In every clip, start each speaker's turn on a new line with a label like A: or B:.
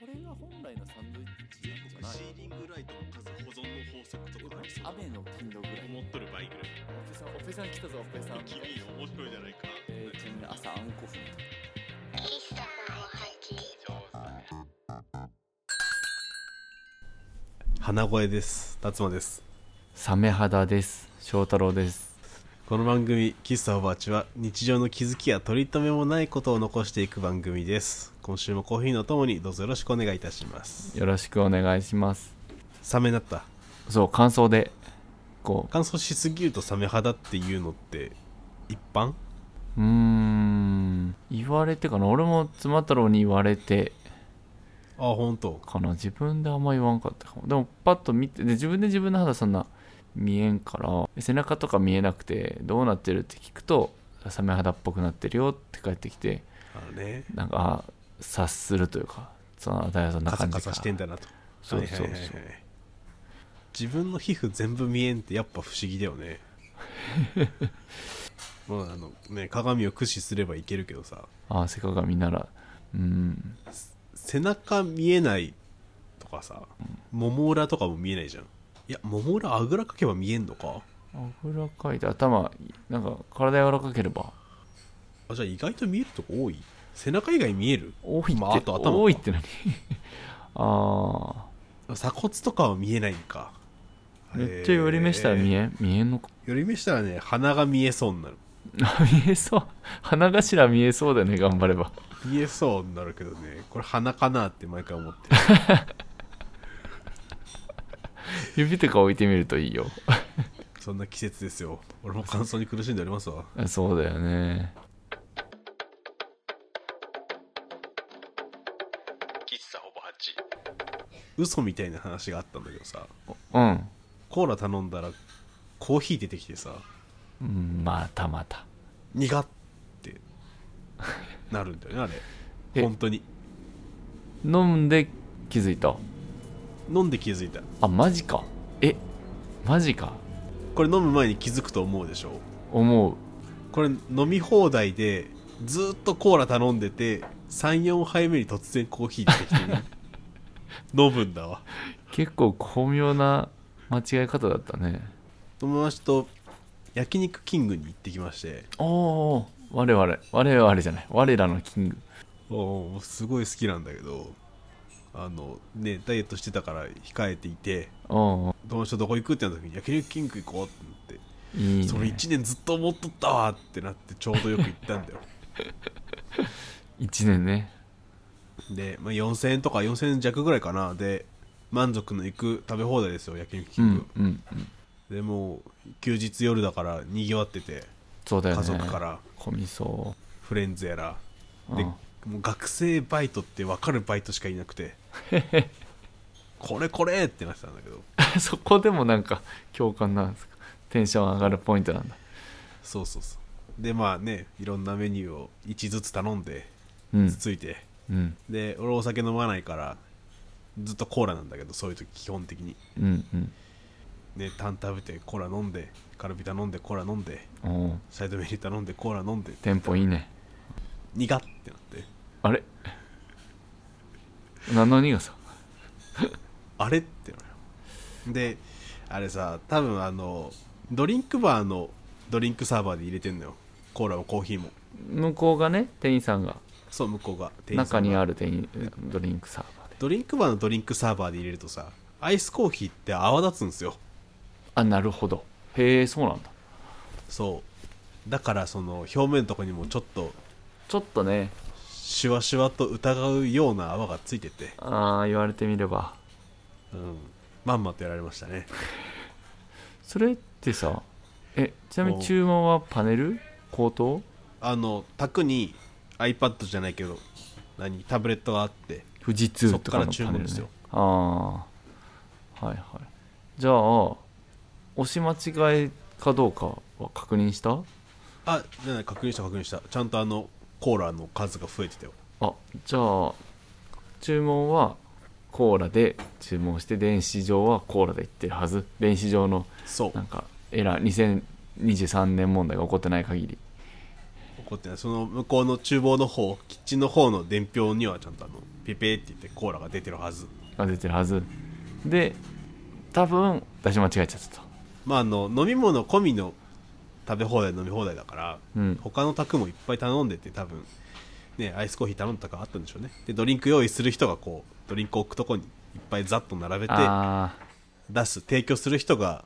A: これが本来のサンドイッチな
B: 全国
A: んじゃない
B: シーリングライトの数保存の法則とかありそう
A: 雨の頻度ぐらい
B: 思っとる倍ぐらい
A: オペさんオペさん来たぞオペさん
B: 君面白いじゃないか
A: えー、ちなみに朝あんこ踏む
C: 喫茶の味
D: 鼻声です達馬です
A: サメ肌です翔太郎です
D: この番組「喫茶おばあち」は日常の気づきや取り留めもないことを残していく番組です今週もコーヒーのともにどうぞよろしくお願いいたします
A: よろしくお願いします
D: サメだった
A: そう感想でこ
D: 乾燥しすぎるとサメ肌っていうのって一般
A: ううーん言われてかな俺も妻太郎に言われて
D: ああ本当
A: かな自分であんま言わんかったかもでもパッと見てで自分で自分の肌そんな見えんからで背中とか見えなくてどうなってるって聞くとサメ肌っぽくなってるよって返ってきて
D: あのね
A: なんかあ察するというかその大変そんな
D: カサ
A: 感じ
D: カ
A: か
D: サしてんだなと
A: そうそうそう、
D: はいはいはいはい自分の皮膚全部見えんってやっぱ不思議だよね まああのね鏡を駆使すればいけるけどさ
A: ああせかがみならうん
D: 背中見えないとかさもも裏とかも見えないじゃんいやもも裏あぐらかけば見えんのか
A: あぐらかいて頭なんか体柔らかければ
D: あじゃあ意外と見えるとこ多い背中以外見える
A: 多いって、
D: まああと頭か
A: 多いって何 あ
D: 鎖骨とかは見えないんか
A: あめっちゃ寄り目したら見
D: え
A: えん見えんのか
D: 寄り目したらね鼻が見えそうになる
A: 見えそう鼻頭見えそうだね頑張れ ば
D: 見えそうになるけどねこれ鼻かなって毎回思ってる
A: 指とか置いてみるといいよ
D: そんな季節ですよ俺も乾 燥に苦しんでおりますわ
A: そうだよね
B: 喫茶ほぼ8
D: 嘘みたいな話があったんだけどさ
A: うん、
D: コーラ頼んだらコーヒー出てきてさ
A: うん、またまた
D: 苦ってなるんだよねあ
A: え
D: れ本当に
A: 飲んで気づいた
D: 飲んで気づいた
A: あマジかえマジか
D: これ飲む前に気づくと思うでしょ
A: 思う
D: これ飲み放題でずっとコーラ頼んでて34杯目に突然コーヒー出てきて ね飲むんだわ
A: 結構巧妙な間違え方だったね
D: 友達と焼肉キングに行ってきまして
A: おお我々我々じゃない我らのキング
D: おーすごい好きなんだけどあのねダイエットしてたから控えていて
A: おお
D: 友達とどこ行くってなった時に焼肉キング行こうってなって
A: いい
D: それ
A: ね
D: 1年ずっと思っとったわってなってちょうどよく行った んだよ
A: 1年ね
D: で、まあ、4000円とか4000円弱ぐらいかなで満足のいく食べ放題ですよ焼肉キ
A: う
D: ン
A: ん、う
D: グ
A: んうん
D: でもう休日夜だからにぎわってて
A: そうだよ
D: 家
A: ね
D: 族から
A: 混みそ
D: フレンズやら、
A: う
D: で
A: うん
D: もう学生バイトって分かるバイトしかいな くてこれこれってなってたんだけど
A: そこでもなんか共感なんですかテンション上がるポイントなんだ
D: そうそうそうでまあねいろんなメニューを1ずつ頼んで
A: うん
D: つついて、
A: うん
D: で俺お酒飲まないからずっとコーラなんだけどそういう時基本的に
A: うんうん
D: ねタン食べてコーラ飲んでカルビ頼んでコーラ飲んで
A: おー
D: サイドメニュー頼んでコーラ飲んで
A: テンポいいね
D: 苦ってなって
A: あれ何の苦さ
D: あれってなるよであれさ多分あのドリンクバーのドリンクサーバーで入れてんのよコーラもコーヒーも
A: 向こうがね店員さんが
D: そう向こうが店員さ
A: 中
D: んが
A: にある店員ドリンクサーバーで
D: ドリンクバーのドリンクサーバーで入れるとさアイスコーヒーって泡立つんですよ
A: あなるほどへえそうなんだ
D: そうだからその表面のとこにもちょっと
A: ちょっとね
D: シュワシュワと疑うような泡がついてて、
A: ああ言われてみれば
D: うん、まんまとやられましたね
A: それってさえちなみ
D: お
A: に注文はパネル口頭
D: あの卓に iPad じゃないけど何タブレットがあって
A: 富士通とかの
D: そっから注
A: パ
D: 文
A: ネル、
D: です
A: ね
D: よ、
A: ああはいはいじゃあ押し間違えかどうかは確認した
D: あじゃない確認した確認したちゃんとあのコーラの数が増えてたよ
A: あじゃあ注文はコーラで注文して電子上はコーラで言ってるはず電子上の
D: そう
A: なんかエラー2023年問題が起こってない限り
D: 起こ残ってないその向こうの厨房の方キッチンの方の伝票にはちゃんとあのピペーって言ってコーラが出てるはず
A: が出てるはずで多分出し間違えちゃったと
D: まああの飲み物込みの食べ放題飲み放題だから、
A: うん
D: 他の宅もいっぱい頼んでて多分ねアイスコーヒー頼んだとかあったんでしょうねでドリンク用意する人がこうドリンクを置くとこにいっぱいざっと並べて
A: ああ
D: 出す提供する人が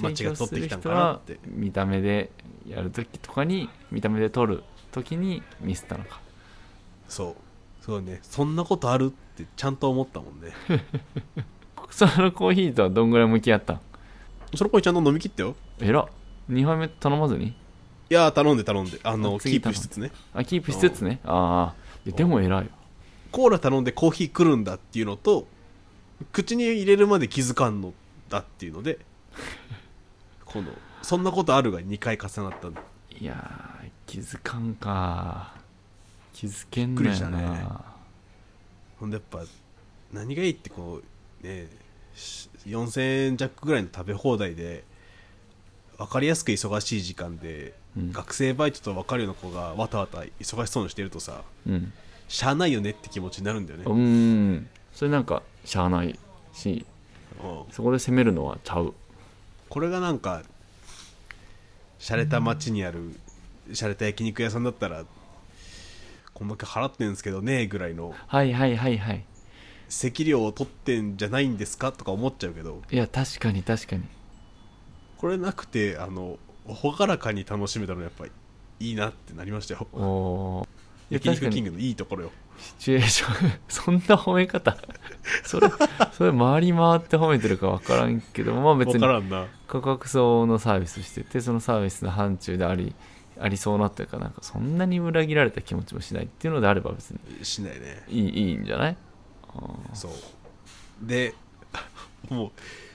D: 間違
A: 提供
D: って取っ
A: す
D: て
A: る
D: きたん
A: 人
D: かな
A: は
D: って
A: 見た目でやるときとかに見た目で取るときにミスったのか
D: そうすごいねそんなことあるってちゃんと思ったもんね
A: そのコーヒーとはどんぐらい向き合ったん
D: その子にちゃんと飲み切ったよ
A: えら2杯目頼まずに
D: いやー頼んで頼んであの
A: あ
D: キ
A: 次
D: ー
A: 頼
D: プ
A: む
D: しつつね
A: あキープしつつねああでも偉いよ
D: コーラ頼んでコーヒー来るんだっていうのと口に入れるまで気づかんのだっていうのでこの「そんなことある」が2回重なったんだ
A: いやー気づかんか気づけんのや
D: びっくりしたね
A: な、
D: ほんでやっぱ何がいいってこうねし4000円弱ぐらいの食べ放題で分かりやすく忙しい時間で、
A: うん
D: 学生バイトと分かるような子がわたわた忙しそうにしてるとさ
A: うん
D: しゃあないよねって気持ちになるんだよね、
A: うーんそれなんかしゃあないし
D: うん
A: そこで攻めるのはちゃう
D: これがなんか洒落た町にある洒落た焼肉屋さんだったらこんだけ払ってんですけどねぐらいの
A: はいはいはいはい
D: 席料を取ってんじゃないんですかとか思っちゃうけど
A: いや確かに確かに
D: これなくてあの朗らかに楽しめたのやっぱりいいなってなりましたよ
A: おーいや
D: 焼
A: 確か
D: 肉キン
A: に
D: グのいいところよ
A: シチュエーション そんな褒め方 それそれ回り回って褒めてるか分からんけどまあ別
D: 分
A: に
D: からんな
A: 価格相のサービスしててそのサービスの範疇でありありそうなっていうかなんかそんなに裏切られた気持ちもしないっていうのであれば別に
D: しないね
A: いいいいんじゃないあー
D: そうで も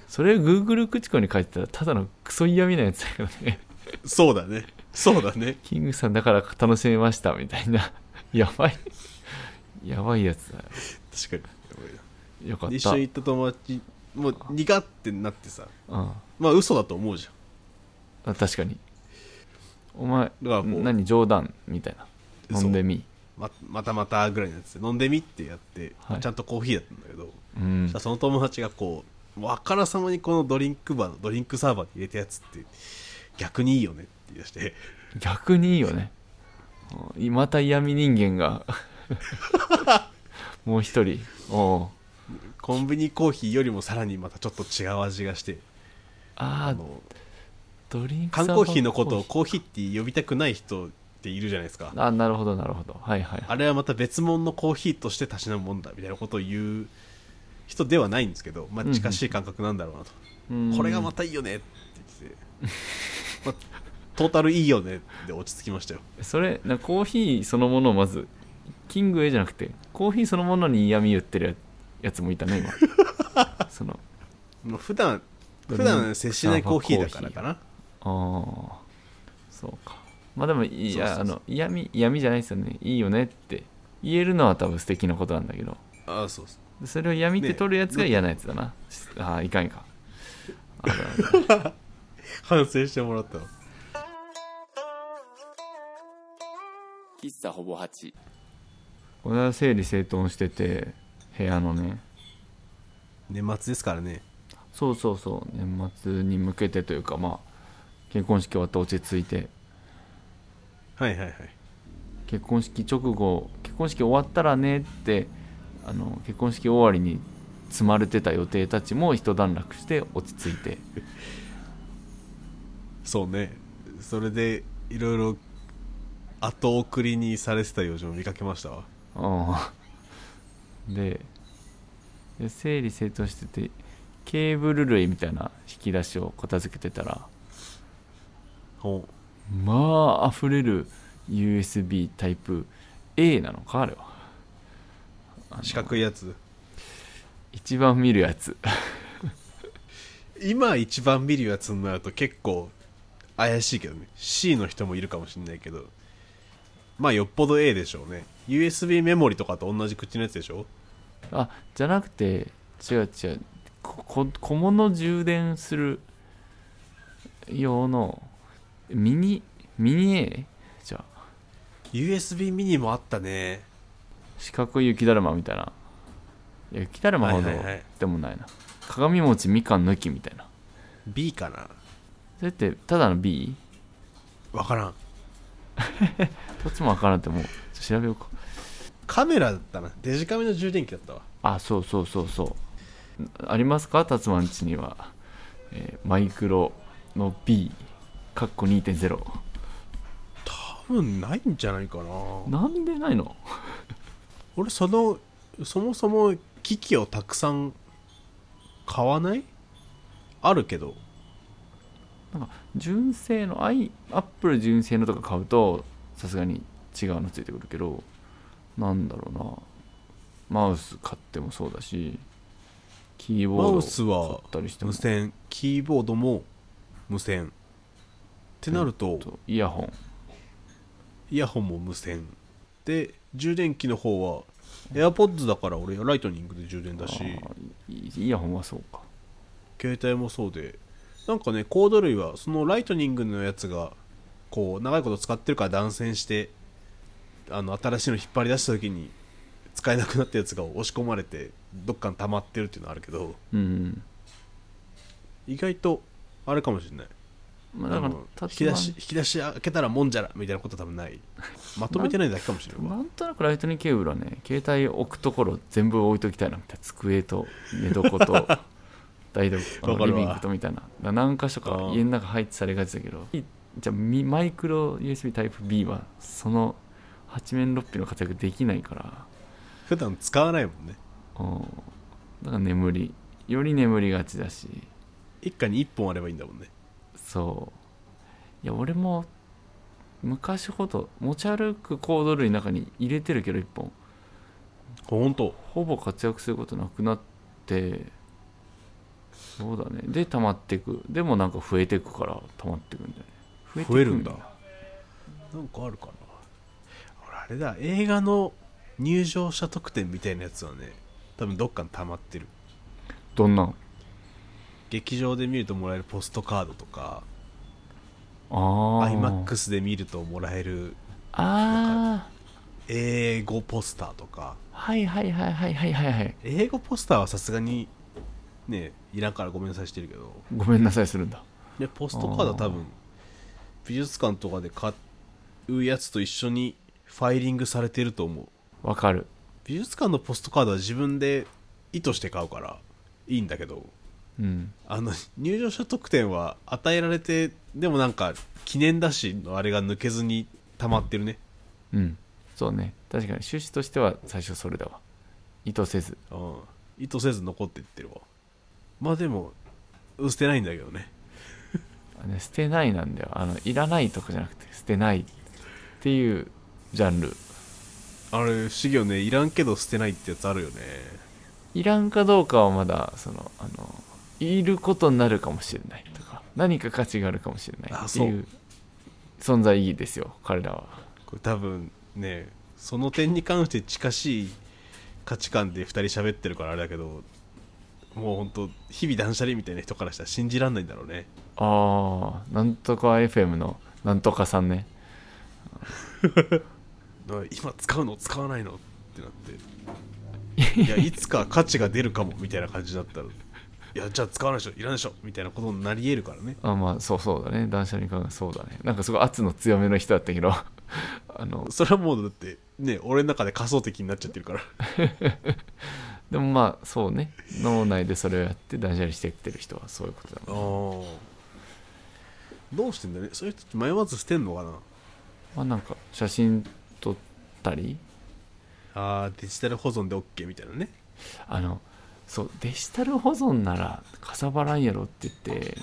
A: それを Google 口コに書いてたらただのクソ嫌味なやつだよね
D: うそうだねそうだね
A: キングさんだから楽しめましたみたいな やばいやばいやつだ
D: 確かにやばいな
A: よよかった
D: 一緒に行った友達もう苦ってなってさ
A: うんあ
D: まあ嘘だと思うじゃん
A: 確かにお前
D: だからこう
A: 何冗談みたいな
D: そう
A: 飲んでみ
D: ままたまたぐらいのやつで飲んでみってやって、
A: はい
D: ちゃんとコーヒーだったんだけど、
A: うん
D: そしたらその友達がこうもうあからさまにこのドリンクバーのドリンクサーバーに入れたやつって逆にいいよねって言い出して
A: 逆にいいよねうんまた嫌味人間 がもう一人おう
D: コンビニコーヒーよりもさらにまたちょっと違う味がして
A: あ
D: あ
A: あ
D: の
A: ドリンクサ
D: 缶
A: ーバ
D: コーヒーのことを
A: コ
D: コーヒーって呼びたくない人っているじゃないですか
A: ーヒーあなるほどなるほどはいはい
D: あれはまた別物のコーヒーとしてたしなむもんだみたいなことを言う人ではないんですけど、まあ、近しい感覚なんだろうなと、
A: うん
D: これがまたいいよねって言ってて、まあトータルいいよねで落ち着きましたよ
A: それなコーヒーそのものをまずキングへじゃなくてコーヒーそのものに嫌味言ってるややつもいたね 今その
D: もう普段
A: うん
D: 普段接しないコーヒーだからかな
A: ああそうかまあでもいや
D: そ
A: あ
D: うそうそう
A: の嫌味嫌味じゃないですよねいいよねって言えるのは多分素敵なことなんだけど
D: ああそうそう
A: でそれを闇って取るやつが嫌なやつだな、ああいかんいかんあるある
D: 反省してもらったわ
A: 喫茶ほぼ8これは整理整頓してて部屋のね
D: 年末ですからね
A: そうそうそう年末に向けてというかまあ結婚式終わって落ち着いて
D: はいはいはい
A: 結婚式直後結婚式終わったらねってあの結婚式終わりに積まれてた予定たちも一段落して落ち着いて
D: そうねそれでいろいろ後送りにされてた用事も見かけましたわ
A: うんでで整理整頓しててケーブル類みたいな引き出しを片付けてたら
D: ほ
A: まあ溢れる USB タイプ A なのかあれはあの
D: う四角いやつ
A: 一番見るやつ
D: 今一番見るやつになると結構怪しいけどね C の人もいるかもしれないけどまあよっぽど A でしょうね USB メモリとかと同じ口のやつでしょ
A: あじゃなくて違う違うここ小物充電する用のミニミニ A じゃあ
D: USB ミニもあったね
A: 四角い雪だるまみたいないや雪だるまほど
D: はいはいはい
A: でもないな、鏡餅みかん抜きみたいな
D: B かな
A: それってただの B?
D: 分からん
A: どっちもわからんってもうちょっと調べようか
D: カメラだったなデジカメの充電器だったわ
A: あそうそうそうそうありますか達馬んちには、えーマイクロの B かっこ2.0
D: 多分ないんじゃないかな
A: なんでないの
D: 俺そのそもそも機器をたくさん買わないあるけど
A: 純正のアイアップル純正のとか買うとさすがに違うのついてくるけどなんだろうなマウス買ってもそうだしキーボ
D: マウ
A: ー
D: ス
A: ド買っ
D: は
A: たりしても
D: 無線キーボードも無線ってなると
A: とイヤホン
D: イヤホンも無線で充電器の方は AirPods だから俺ライトニングで充電だし
A: あーいイヤホンはそうか
D: 携帯もそうでなんかねコード類はそのライトニングのやつがこう長いこと使ってるから断線してあの新しいの引っ張り出した時に使えなくなったやつが押し込まれてどっかに溜まってるっていうのはあるけど
A: うん、
D: 意外とあれかもしれない
A: ま
D: あ
A: あ、だから
D: の引
A: 達
D: き
A: 馬
D: 出し引き出し開けたらもんじゃらみたいなことは多分ないまとめてないだけかも しれない
A: な
D: わ
A: んとなくライトニングケーブルはね携帯置くところ全部置いときたいなみたいな机と寝床と台所あの
D: わか
A: リ
D: るわ
A: ビングとみたいなだから何箇所
D: あ
A: か
D: ー
A: 家の中配置されがちだけどいじゃあミマイクロ USB タイプ B はその八面六臂の活躍できないから
D: 普段使わないもんね
A: うんだから眠りより眠りがちだし
D: 一家に1本あればいいんだもんね
A: そういや俺も昔ほど持ち歩くコード類の中に入れてるけど1本
D: ほんと
A: ほぼ活躍することなくなってそうだねで溜まっていくでもなんか増えていくから溜まっていくんだよね増
D: 増え
A: てく
D: るんだなんかあるかな俺あれだ映画の入場者特典みたいなやつはね多分どっかに溜まってる
A: どんなん
D: 劇場で見るともらえるポストカードとか
A: あー
D: iMAX で見るともらえる
A: あ
D: 英語ポスターとか
A: ーはいはいはいはいはいはいはい
D: 英語ポスターはさすがにねいらんからごめんなさいしてるけど
A: ごめんなさいするんだ
D: でポストカードは多分美術館とかで買うやつと一緒にファイリングされてると思う
A: わかる
D: 美術館のポストカードは自分で意図して買うからいいんだけど
A: うん
D: あの入場者特典は与えられてでもなんか記念だしのあれが抜けずに溜まってるね、
A: うんそうね確かに趣旨としては最初それだわ意図せず
D: うん、意図せず残っていってるわまあでも捨てないんだけどね
A: あのね捨てないなんだよあのいらないとかじゃなくて捨てないっていうジャンル
D: あれ不思議よねいらんけど捨てないってやつあるよね
A: いらんかどうかはまだそのあのいることになるかもしれないとか何か価値があるかもしれない
D: あ
A: って
D: そう
A: いう存在意義ですよ彼らは
D: これ多分ねその点に関して近しい価値観で2人喋ってるからあれだけどもうほんと日々断捨離みたいな人からしたら信じらんないんだろうね
A: ああなんとか FM のなんとかさんね
D: な今使うの使わないのってなっていやいつか価値が出るかもみたいな感じだったらいやじゃあ使わないでしょいらないでしょみたいなことになり得るからね
A: あまあそうそうだね断捨離感がそうだねなんかすごい圧の強めの人だったけど あの
D: それはもうだってね俺の中で仮想的になっちゃってるから
A: でもまあそうね脳内でそれをやって断捨離してってる人はそういうことだもん
D: どうしてんだねそういう人って迷わず捨てんのかな
A: まあなんか写真撮ったり
D: あーデジタル保存で OK みたいなね
A: あのそうデジタル保存ならかさばらんやろって言って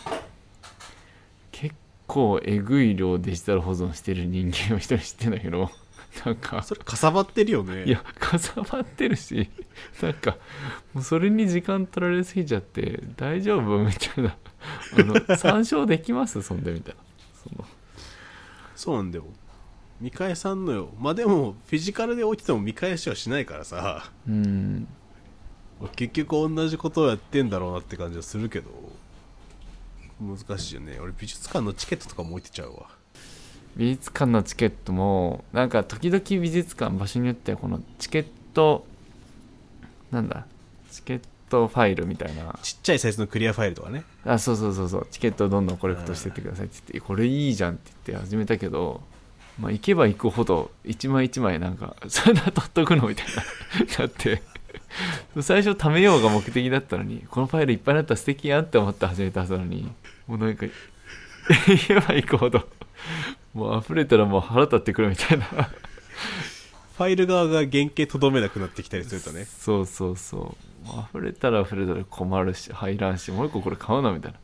A: 結構えぐい量デジタル保存してる人間を一人知ってんだけど なんか
D: それかさばってるよね
A: いやかさばってるし なんかもうそれに時間取られすぎちゃって大丈夫みたいなあの参照できますそんでみたいなその
D: そうなんだよ見返さんのよまあでもフィジカルで起きても見返しはしないからさ
A: うん
D: 結局同じことをやってんだろうなって感じはするけど難しいよね俺美術館のチケットとかも置いてちゃうわ
A: 美術館のチケットもなんか時々美術館場所によってはこのチケットなんだチケットファイルみたいな
D: ちっちゃいサイズのクリアファイルとかね
A: あそうそうそうそうチケットをどんどんコレクトしてってくださいって言ってえこれいいじゃんって言って始めたけど、まあ、行けば行くほど一枚一枚なんか そんな取っとくのみたいな なって最初貯めようが目的だったのにこのファイルいっぱいになったら素敵やんって思って始めたはずなのにもうなんか 行けば行くほどもう溢れたらもう腹立ってくるみたいな
D: ファイル側が原型とどめなくなってきたりするとね
A: そうそうそうもう溢れたら溢れたら困るし入らんしもう一個これ買うなみたいな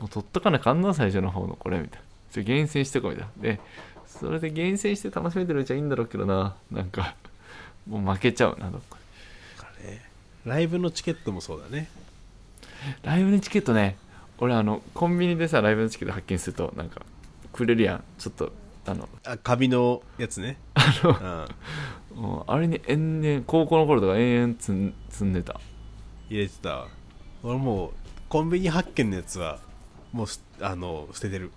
A: もう取っとかなあかんな最初の方のこれみたいなそれ厳選しとこうみたいなでそれで厳選して楽しめてるうちはいいんだろうけどななんかもう負けちゃうなどっか
D: ライブのチケットもそうだね
A: ライブのチケットね俺あのコンビニでさライブのチケット発見するとなんかくれるやんちょっとあの
D: あ紙のやつねうん、
A: もうあれに延々高校の頃とか延々積ん積んでた
D: 入れてた俺もうコンビニ発見のやつはもうすあの捨ててる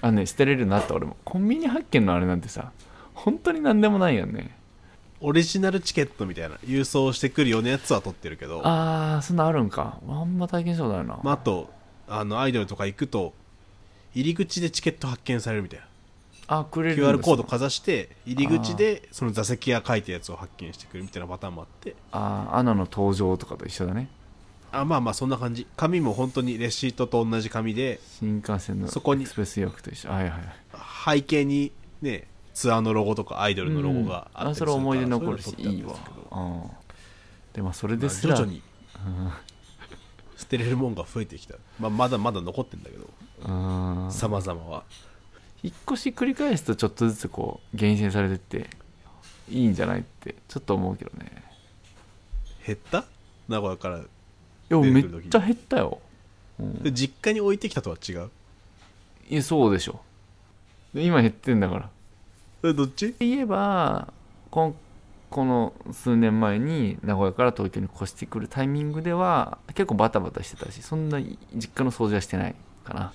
A: あのね捨てれるようになった俺もコンビニ発見のあれなんてさ本当に何でもないよね
D: オリジナルチケットみたいな郵送してくるようなやつは取ってるけど
A: ああそんなんあるんかあんま体験したことないな、
D: まあ、あとあのアイドルとか行くと入り口でチケット発見されるみたいな
A: あくれるんだ
D: QR コードかざして入り口でその座席が書いたやつを発見してくるみたいなパターンもあって
A: あーアナの登場とかと一緒だね
D: あまあまあそんな感じ紙も本当にレシートと同じ紙で
A: 新幹線のエ
D: そこに
A: クスプレス予約と一緒はいはいはい
D: 背景にねツアーのロゴとかアイドルのロゴ
A: う
D: が
A: ん
D: あったりす
A: そ
D: る
A: れ
D: から
A: 思い出残るし
D: そううの
A: いい
D: 撮
A: わ
D: ってあるんですけど
A: うんでもそれ
D: ま
A: で
D: あ
A: す
D: 徐
A: ら、
D: 々に捨てれるもんが増えてきた、まあ、まだまだ残ってんだけど
A: うん
D: さまざまは
A: 引っ越し繰り返すとちょっとずつこう厳選されてっていいんじゃないってちょっと思うけどね
D: 減った名古屋から
A: いや
D: 出
A: め
D: て
A: っ
D: くる時
A: ちゃ減ったよ、うん、
D: で実家に置いてきたとは違う
A: いやそうでしょで今減ってんだから
D: それどっち
A: 言えばこんこの数年前に名古屋から東京に越してくるタイミングでは結構バタバタしてたしそんなに実家の掃除はしてないかな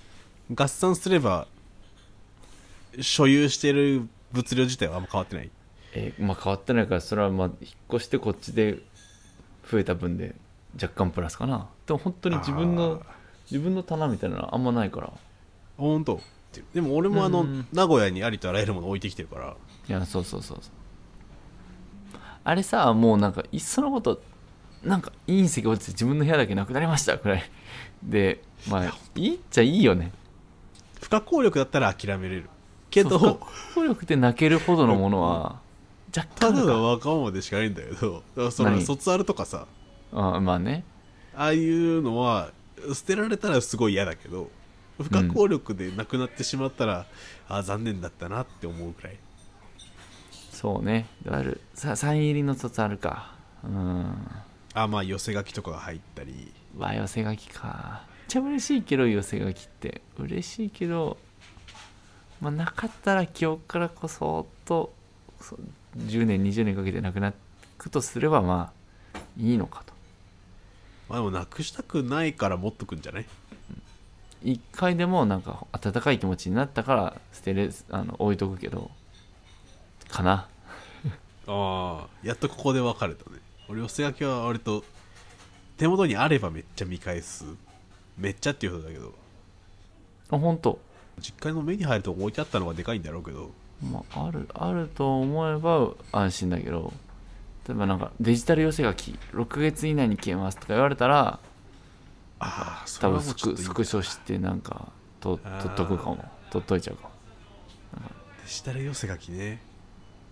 D: 合算すれば所有してる物量自体はあんま変わってない
A: えーまあ変わってないからそれはまあ引っ越してこっちで増えた分で若干プラスかなでも本当に自分の
D: あー
A: 自分の棚みたいなのはあんまないから
D: ほんとでも俺もあの、
A: うん
D: 名古屋にありとあらゆるもの置いてきてるから
A: いやそうそうそうそうあれさもうなんかいっそのことなんか隕石落ちて自分の部屋だけなくなりましたくらいでまあいいっちゃいいよね
D: 不可抗力だったら諦めれるけ
A: そう
D: ど
A: 不可抗力で泣けるほどのものは若
D: た
A: 干
D: だ
A: だ
D: の若者でしかないんだけどだからその
A: 何
D: 卒アルとかさ
A: あまあね
D: ああいうのは捨てられたらすごい嫌だけど不可抗力でなくなってしまったら、ああ残念だったなって思うくらい
A: そうねあるさサイン入りの卒あるかうん
D: ああまあ寄せ書きとかが入ったり
A: わ寄せ書きかめっちゃ嬉しいけど寄せ書きって嬉しいけどまあなかったら記憶からこうそーっとそう10年20年かけてなくなくとすればまあいいのかと
D: まあでもなくしたくないから持っとくんじゃない
A: 一回でもなんか温かい気持ちになったから捨てれあの置いとくけどかな
D: ああやっとここで分かれたね俺寄せ書きは割と手元にあればめっちゃ見返すめっちゃっていうことだけど
A: あ本当
D: 実家の目に入ると置いてあったのがでかいんだろうけど
A: まあ、あるあると思えば安心だけど例えばなんかデジタル寄せ書き6ヶ月以内に消えますとか言われたら
D: ああそ
A: 多
D: れは
A: 分
D: もう
A: ス
D: ちょっ
A: ク
D: といい
A: ス
D: な
A: クショしてなんかと
D: あー
A: 取っとくかも取っといちゃうかも
D: デジタル寄せ書きね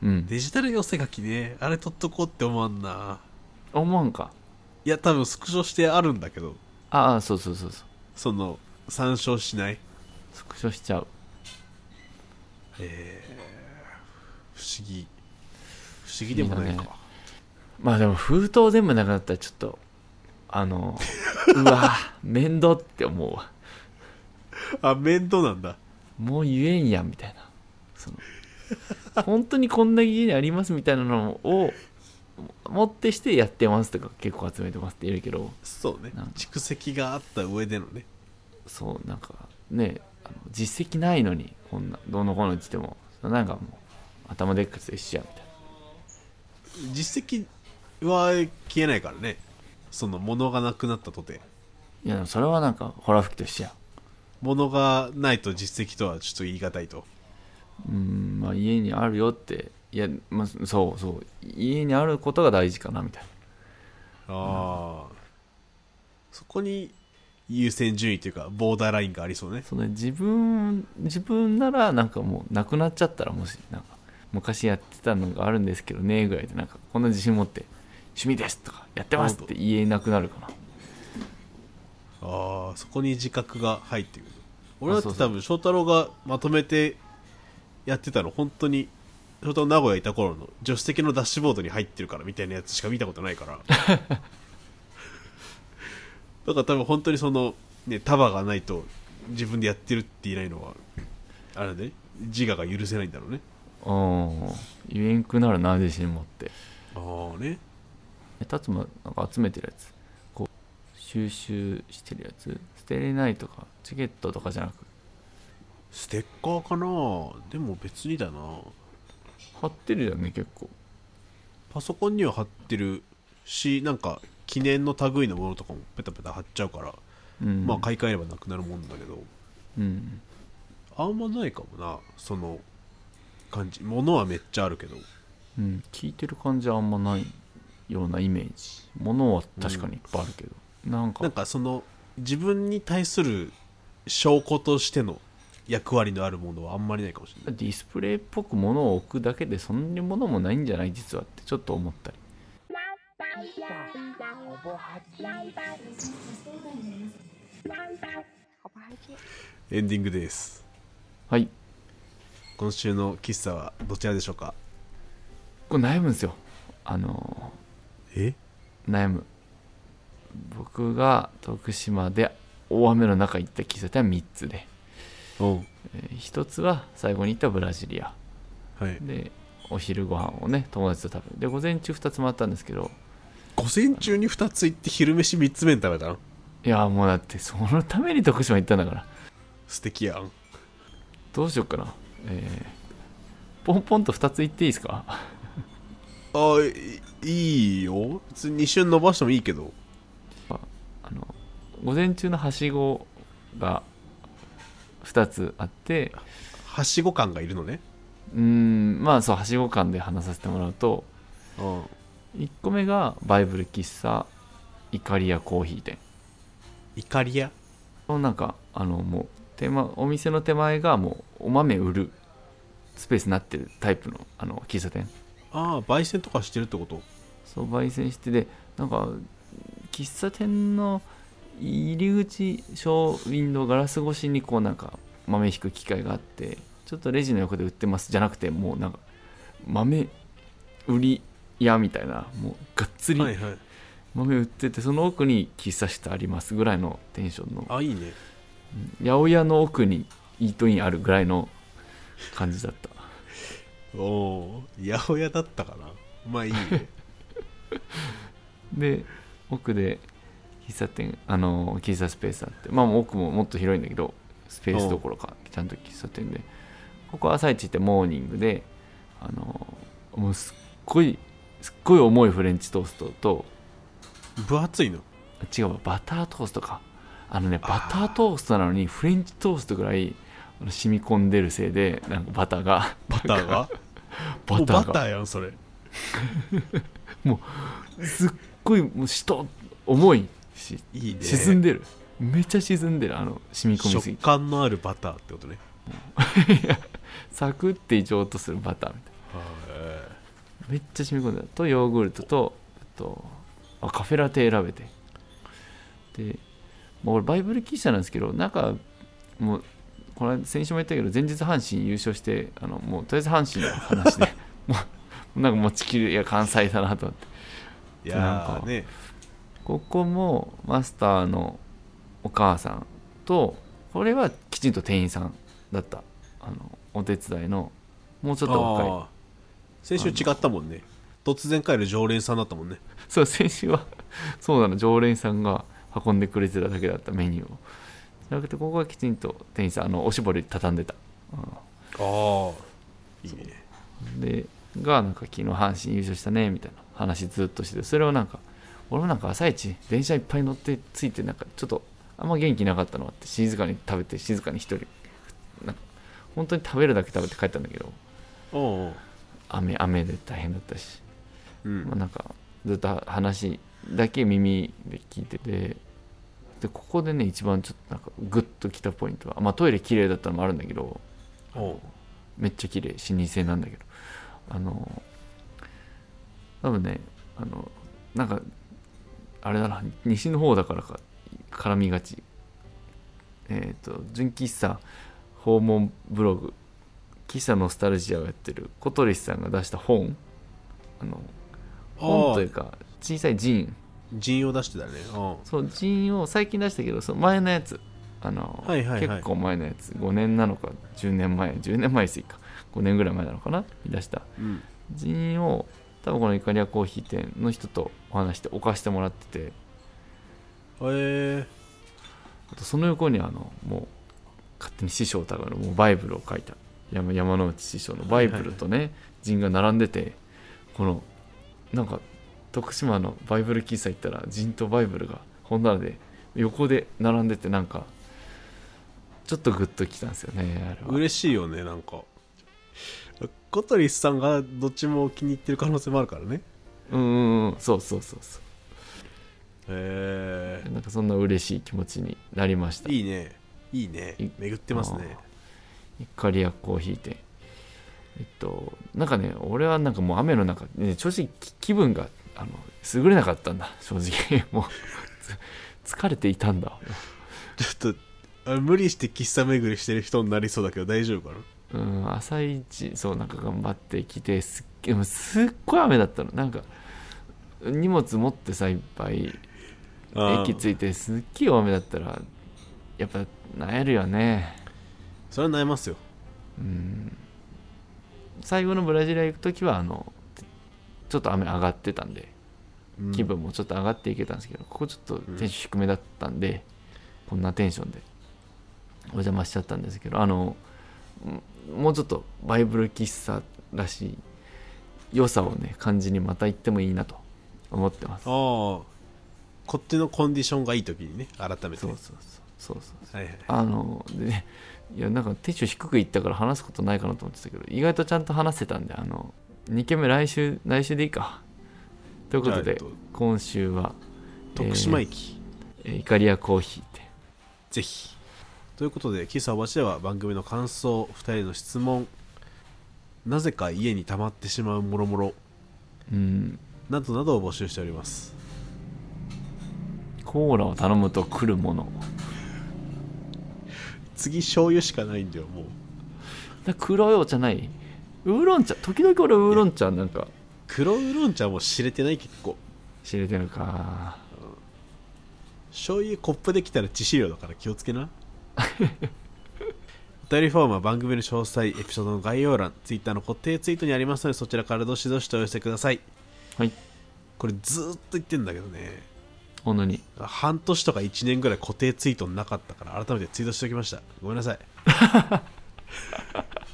A: うん
D: デジタル寄せ書きねあれ取っとこうって思わんな
A: 思うんか
D: いや多分スクショしてあるんだけど
A: ああそうそうそうそう
D: その参照しない
A: スクショしちゃう
D: 不思議不思議でもない
A: 不思
D: か
A: 議だまあでも封筒全部なくなったらちょっとあ のうわ面倒って思うわ
D: あ面倒なんだ
A: もう言えんやんみたいなその本当にこんな家にありますみたいなのを持ってしてやってますとか結構集めてますって言えるけど
D: そうね
A: なんか
D: 蓄積があった上でのね
A: そうなんかねあの実績ないのにこんなどうのこうのって言ってもなんかもう頭でっかちと一緒やみたいな
D: 実績は消えないからねその物がなくなったとて
A: いやでもそれはなんかホラ吹きと一緒や
D: 物がないと実績とはちょっと言い難いと
A: うんまあ家にあるよっていや、まあ、そうそう家にあることが大事かなみたいな
D: ああ、そこに優先順位というかボーダーラインがありそうね
A: その自分自分ならなんかもうなくなっちゃったらもしなんか昔やってたのがあるんですけどねぐらいでなんかこんな自信持って「趣味です」とか「やってます」って言えなくなるかな
D: ああそこに自覚が入ってくる俺だって
A: あそう
D: 多分翔太郎がまとめてやってたの本当に翔太郎名古屋いた頃の助手席のダッシュボードに入ってるからみたいなやつしか見たことないからだ から多分本当にそのね束がないと自分でやってるって言えないのはあれで、ね、自我が許せないんだろうね
A: うん言えんくなるな自信持って
D: ああね
A: え達もなんか集めてるやつこう収集してるやつ捨てれないとかチケットとかじゃなく
D: ステッカーかなでも別にだな
A: 貼ってるよね結構
D: パソコンには貼ってるしなんか記念の類のものとかもペタペタ貼っちゃうから、
A: うん
D: まあ買い替えればなくなるもんだけど
A: うん
D: あんまないかもなその感じ物はめっちゃあるけど
A: うん、聞いてる感じはあんまないようなイメージ物は確かにいっぱいあるけど、なんか
D: なんかその自分に対する証拠としての役割のあるものはあんまりないかもしれない
A: ディスプレイっぽく物を置くだけでそんなものもないんじゃない実はってちょっと思ったり
D: エンディングです
A: はい
D: 今週の喫茶はどちらでしょうか
A: これ悩むんですよあの
D: え
A: 悩む僕が徳島で大雨の中行った喫茶店は3つで、
D: うん
A: え1つは最後に行ったブラジリア
D: はい
A: でお昼ご飯をね友達と食べるで午前中2つもあったんですけど
D: 午前中に2つ行って昼飯3つ目に食べたの
A: いやもうだってそのために徳島行ったんだから
D: 素敵やん
A: どうしようかな。えー、ポンポンと2つ言っていいですか
D: あいいいよ別に一瞬伸ばしてもいいけど
A: あの、午前中のはしごが2つあって、
D: はしご感がいるのね
A: うーん、まあそう、はしご感で話させてもらうと、
D: うん
A: 1個目がバイブル喫茶、イカリアコーヒー店。
D: 怒りや
A: このなんか、あの、もう、手間お店の手前がもう、お豆売るスペースになってるタイプの、あの、喫茶店。
D: ああ焙煎とかしてるってこと
A: そう焙煎してでなんか喫茶店の入り口ショーウィンドウガラス越しにこうなんか豆引く機械があってちょっとレジの横で売ってますじゃなくてもうなんか豆売り屋みたいなもうがっつり
D: はいはい
A: 豆売っててその奥に喫茶室ありますぐらいのテンションの
D: あいいね
A: 八百屋の奥にイートインあるぐらいの感じだった
D: おお八百屋だったかなまあいい ね
A: で奥で喫茶店あの喫茶スペースあってまあ奥ももっと広いんだけどスペースどころかちゃんと喫茶店でここ朝一行ってモーニングであのもうすっごいすっごい重いフレンチトーストと
D: 分厚いの
A: 違うわバタートーストかあのね
D: あー
A: バタートーストなのにフレンチトーストぐらいあの染み込んでるせいでなんかバターが
D: バターが
A: バ
D: お
A: タ
D: バ
A: ー
D: タ
A: が
D: ーやんそれ
A: すっごいもうしと重いし
D: いいね
A: 沈んでるめちゃ沈んでるあの染み込みすぎ
D: 食
A: て
D: 感のあるバターってことね
A: サクっていちょうとするバターみたい
D: は
A: なめっちゃ染み込んでるとヨーグルトとあとあカフェラテ選べてで、まあ、俺バイブル記者なんですけどなんかもうこの間先週も言ったけど前日阪神優勝してあのもうとりあえず阪神の話で もうなんか持ちきりいや関西だなと思って
D: いい
A: なん
D: や
A: か
D: ーね
A: ここもマスターのお母さんとこれはきちんと店員さんだったあのお手伝いのもうちょっと若い
D: あー先週違ったもんね突然帰る常連さんだったもんね
A: そう先週は そうなの常連さんが運んでくれてただけだったメニューをじゃなくてここはきちんと店員さんあのおしぼり畳んでた
D: ああいいね
A: でがなんか昨日阪神優勝したねみたいな話ずっとしててそれをなんか俺もなんか朝一電車いっぱい乗ってついてなんかちょっとあんま元気なかったのあって静かに食べて静かに一人なんか本当に食べるだけ食べて帰ったんだけど
D: おう
A: 雨雨で大変だったし、
D: おううん
A: まあ、なんかずっと話だけ耳で聞いててでここでね一番ちょっとなんかグッときたポイントはまあトイレ綺麗だったのもあるんだけど
D: おう
A: めっちゃ綺麗老舗なんだけどあの多分ねあのなんかあれだな西の方だからか絡みがちえっ、と純喫茶訪問ブログ喫茶ノスタルジアをやってる小鳥さんが出した本あの本
D: あ
A: と
D: あ
A: いうか小さいジーン
D: 陣を出してたねおう
A: そうジーンを最近出したけどその前のやつあの、
D: はいはいはい
A: 結構前のやつ5年なのか10年前10年前ですいか5年ぐらい前なのかなに出した
D: うん
A: ジーンを多分このイカリアコーヒー店の人とお話して置かしてもらってて
D: え
A: あとその横にあのもう勝手に師匠をたがるもうバイブルを書いた山山之内師匠のバイブルとね、ジンが並んでてこのなんか徳島のバイブル喫茶行ったらジンとバイブルが本棚で横で並んでてなんかちょっとグッときたんですよねあれは
D: 嬉しいよねなんか小鳥さんがどっちも気に入ってる可能性もあるからね
A: うんうんうんそうそうそうそ
D: へ
A: うなんかそんな嬉しい気持ちになりました
D: えいいねいいね
A: い
D: 巡ってますね
A: イカリアコーヒー店えっとなんかね俺はなんかもう雨の中、ね、正直き気分があの優れなかったんだ正直 もうつ疲れていたんだ
D: ちょっとあ無理して喫茶巡りしてる人になりそうだけど大丈夫かな
A: うん朝一そうなんか頑張ってきてすっげでもすっごい雨だったのなんか荷物持ってさいっぱい
D: あー
A: 駅着いてすっげえ雨だったらやっぱなえるよね
D: それは悩ますよ
A: うん最後のブラジル行く時はあのちょっと雨上がってたんで
D: うん
A: 気分もちょっと上がっていけたんですけど、ここちょっとテンション低めだったんで、こんなテンションでお邪魔しちゃったんですけどあのんもうちょっとバイブル喫茶らしい良さをね感じにまた行ってもいいなと思ってますそう
D: ああこっちのコンディションがいい時にね改めて
A: そう
D: ね
A: そうそうそう
D: はいはい
A: あのでねいやなんかテンション低く行ったから話すことないかなと思ってたけど意外とちゃんと話せたんであの2軒目来週来週でいいかということで
D: じゃあえっと
A: 今週は
D: 徳島駅、
A: えーイカリアコーヒーって
D: ぜひということで喫茶おばちでは番組の感想2人の質問なぜか家に溜まってしまうもろもろ
A: うん
D: などなどを募集しております
A: コーラを頼むと来るもの
D: 次醤油しかないんだよもう
A: だ黒いお茶ないウーロン茶時々俺ウーロン茶なんか
D: 黒ウーロン茶も知れてない結構
A: 知れてるか
D: 醤油コップできたら致死量だから気をつけなお便りフォームは番組の詳細エピソードの概要欄ツイッターの固定ツイートにありますのでそちらからどしどしとお寄せください
A: はい
D: これずーっと言ってんだけどね
A: ほんのに
D: 半年とか1年ぐらい固定ツイートなかったから改めてツイートしておきましたごめん なさい申し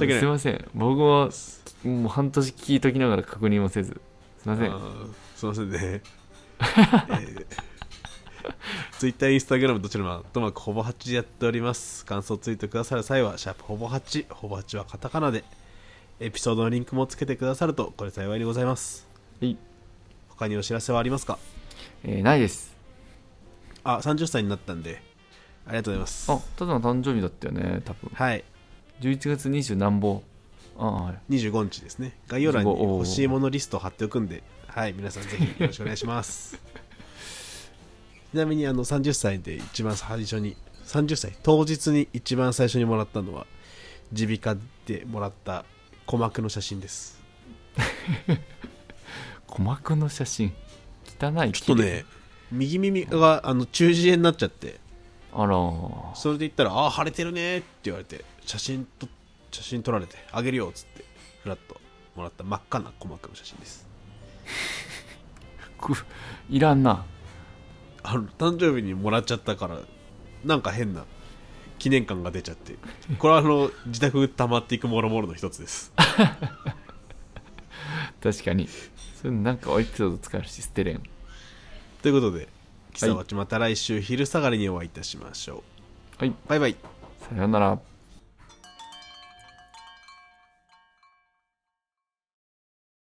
D: 訳ない
A: すいません僕はもう半年聞いときながら確認もせずすいません
D: あーすいませんね、ツイッター、インスタグラムどちらもともかくほぼ8でやっております感想ツイートくださる際はシャープほぼ8ほぼ8はカタカナでエピソードのリンクもつけてくださるとこれ幸いにございます
A: はい
D: 他にお知らせはありますか
A: えーないです
D: あ30歳になったんでありがとうございます
A: あただの誕生日だったよね多分
D: はい
A: 11月20何本ああはい
D: 25日ですね概要欄
A: 25
D: に
A: おー
D: 欲しいものリストを貼っておくんではい皆さんぜひよろしくお願いします ちなみにあの30歳で一番最初に30歳当日に一番最初にもらったのは耳鼻科でもらった鼓膜の写真です
A: 鼓膜の写真汚い
D: ちょっとね右耳があの中耳炎になっちゃって
A: あらー
D: それで言ったら「ああ腫れてるね」って言われて写真と写真撮られて「あげるよ」っつってフラッともらった真っ赤な鼓膜の写真です
A: くいらんな
D: あの誕生日にもらっちゃったからなんか変な記念感が出ちゃってこれはあの自宅溜まっていくもろもろの一つです
A: 確かにそれなんかエピソード使えるし捨てれん
D: ということで「キサワチ」また来週昼下がりにお会いいたしましょう、
A: はい
D: バイバイ
A: さようなら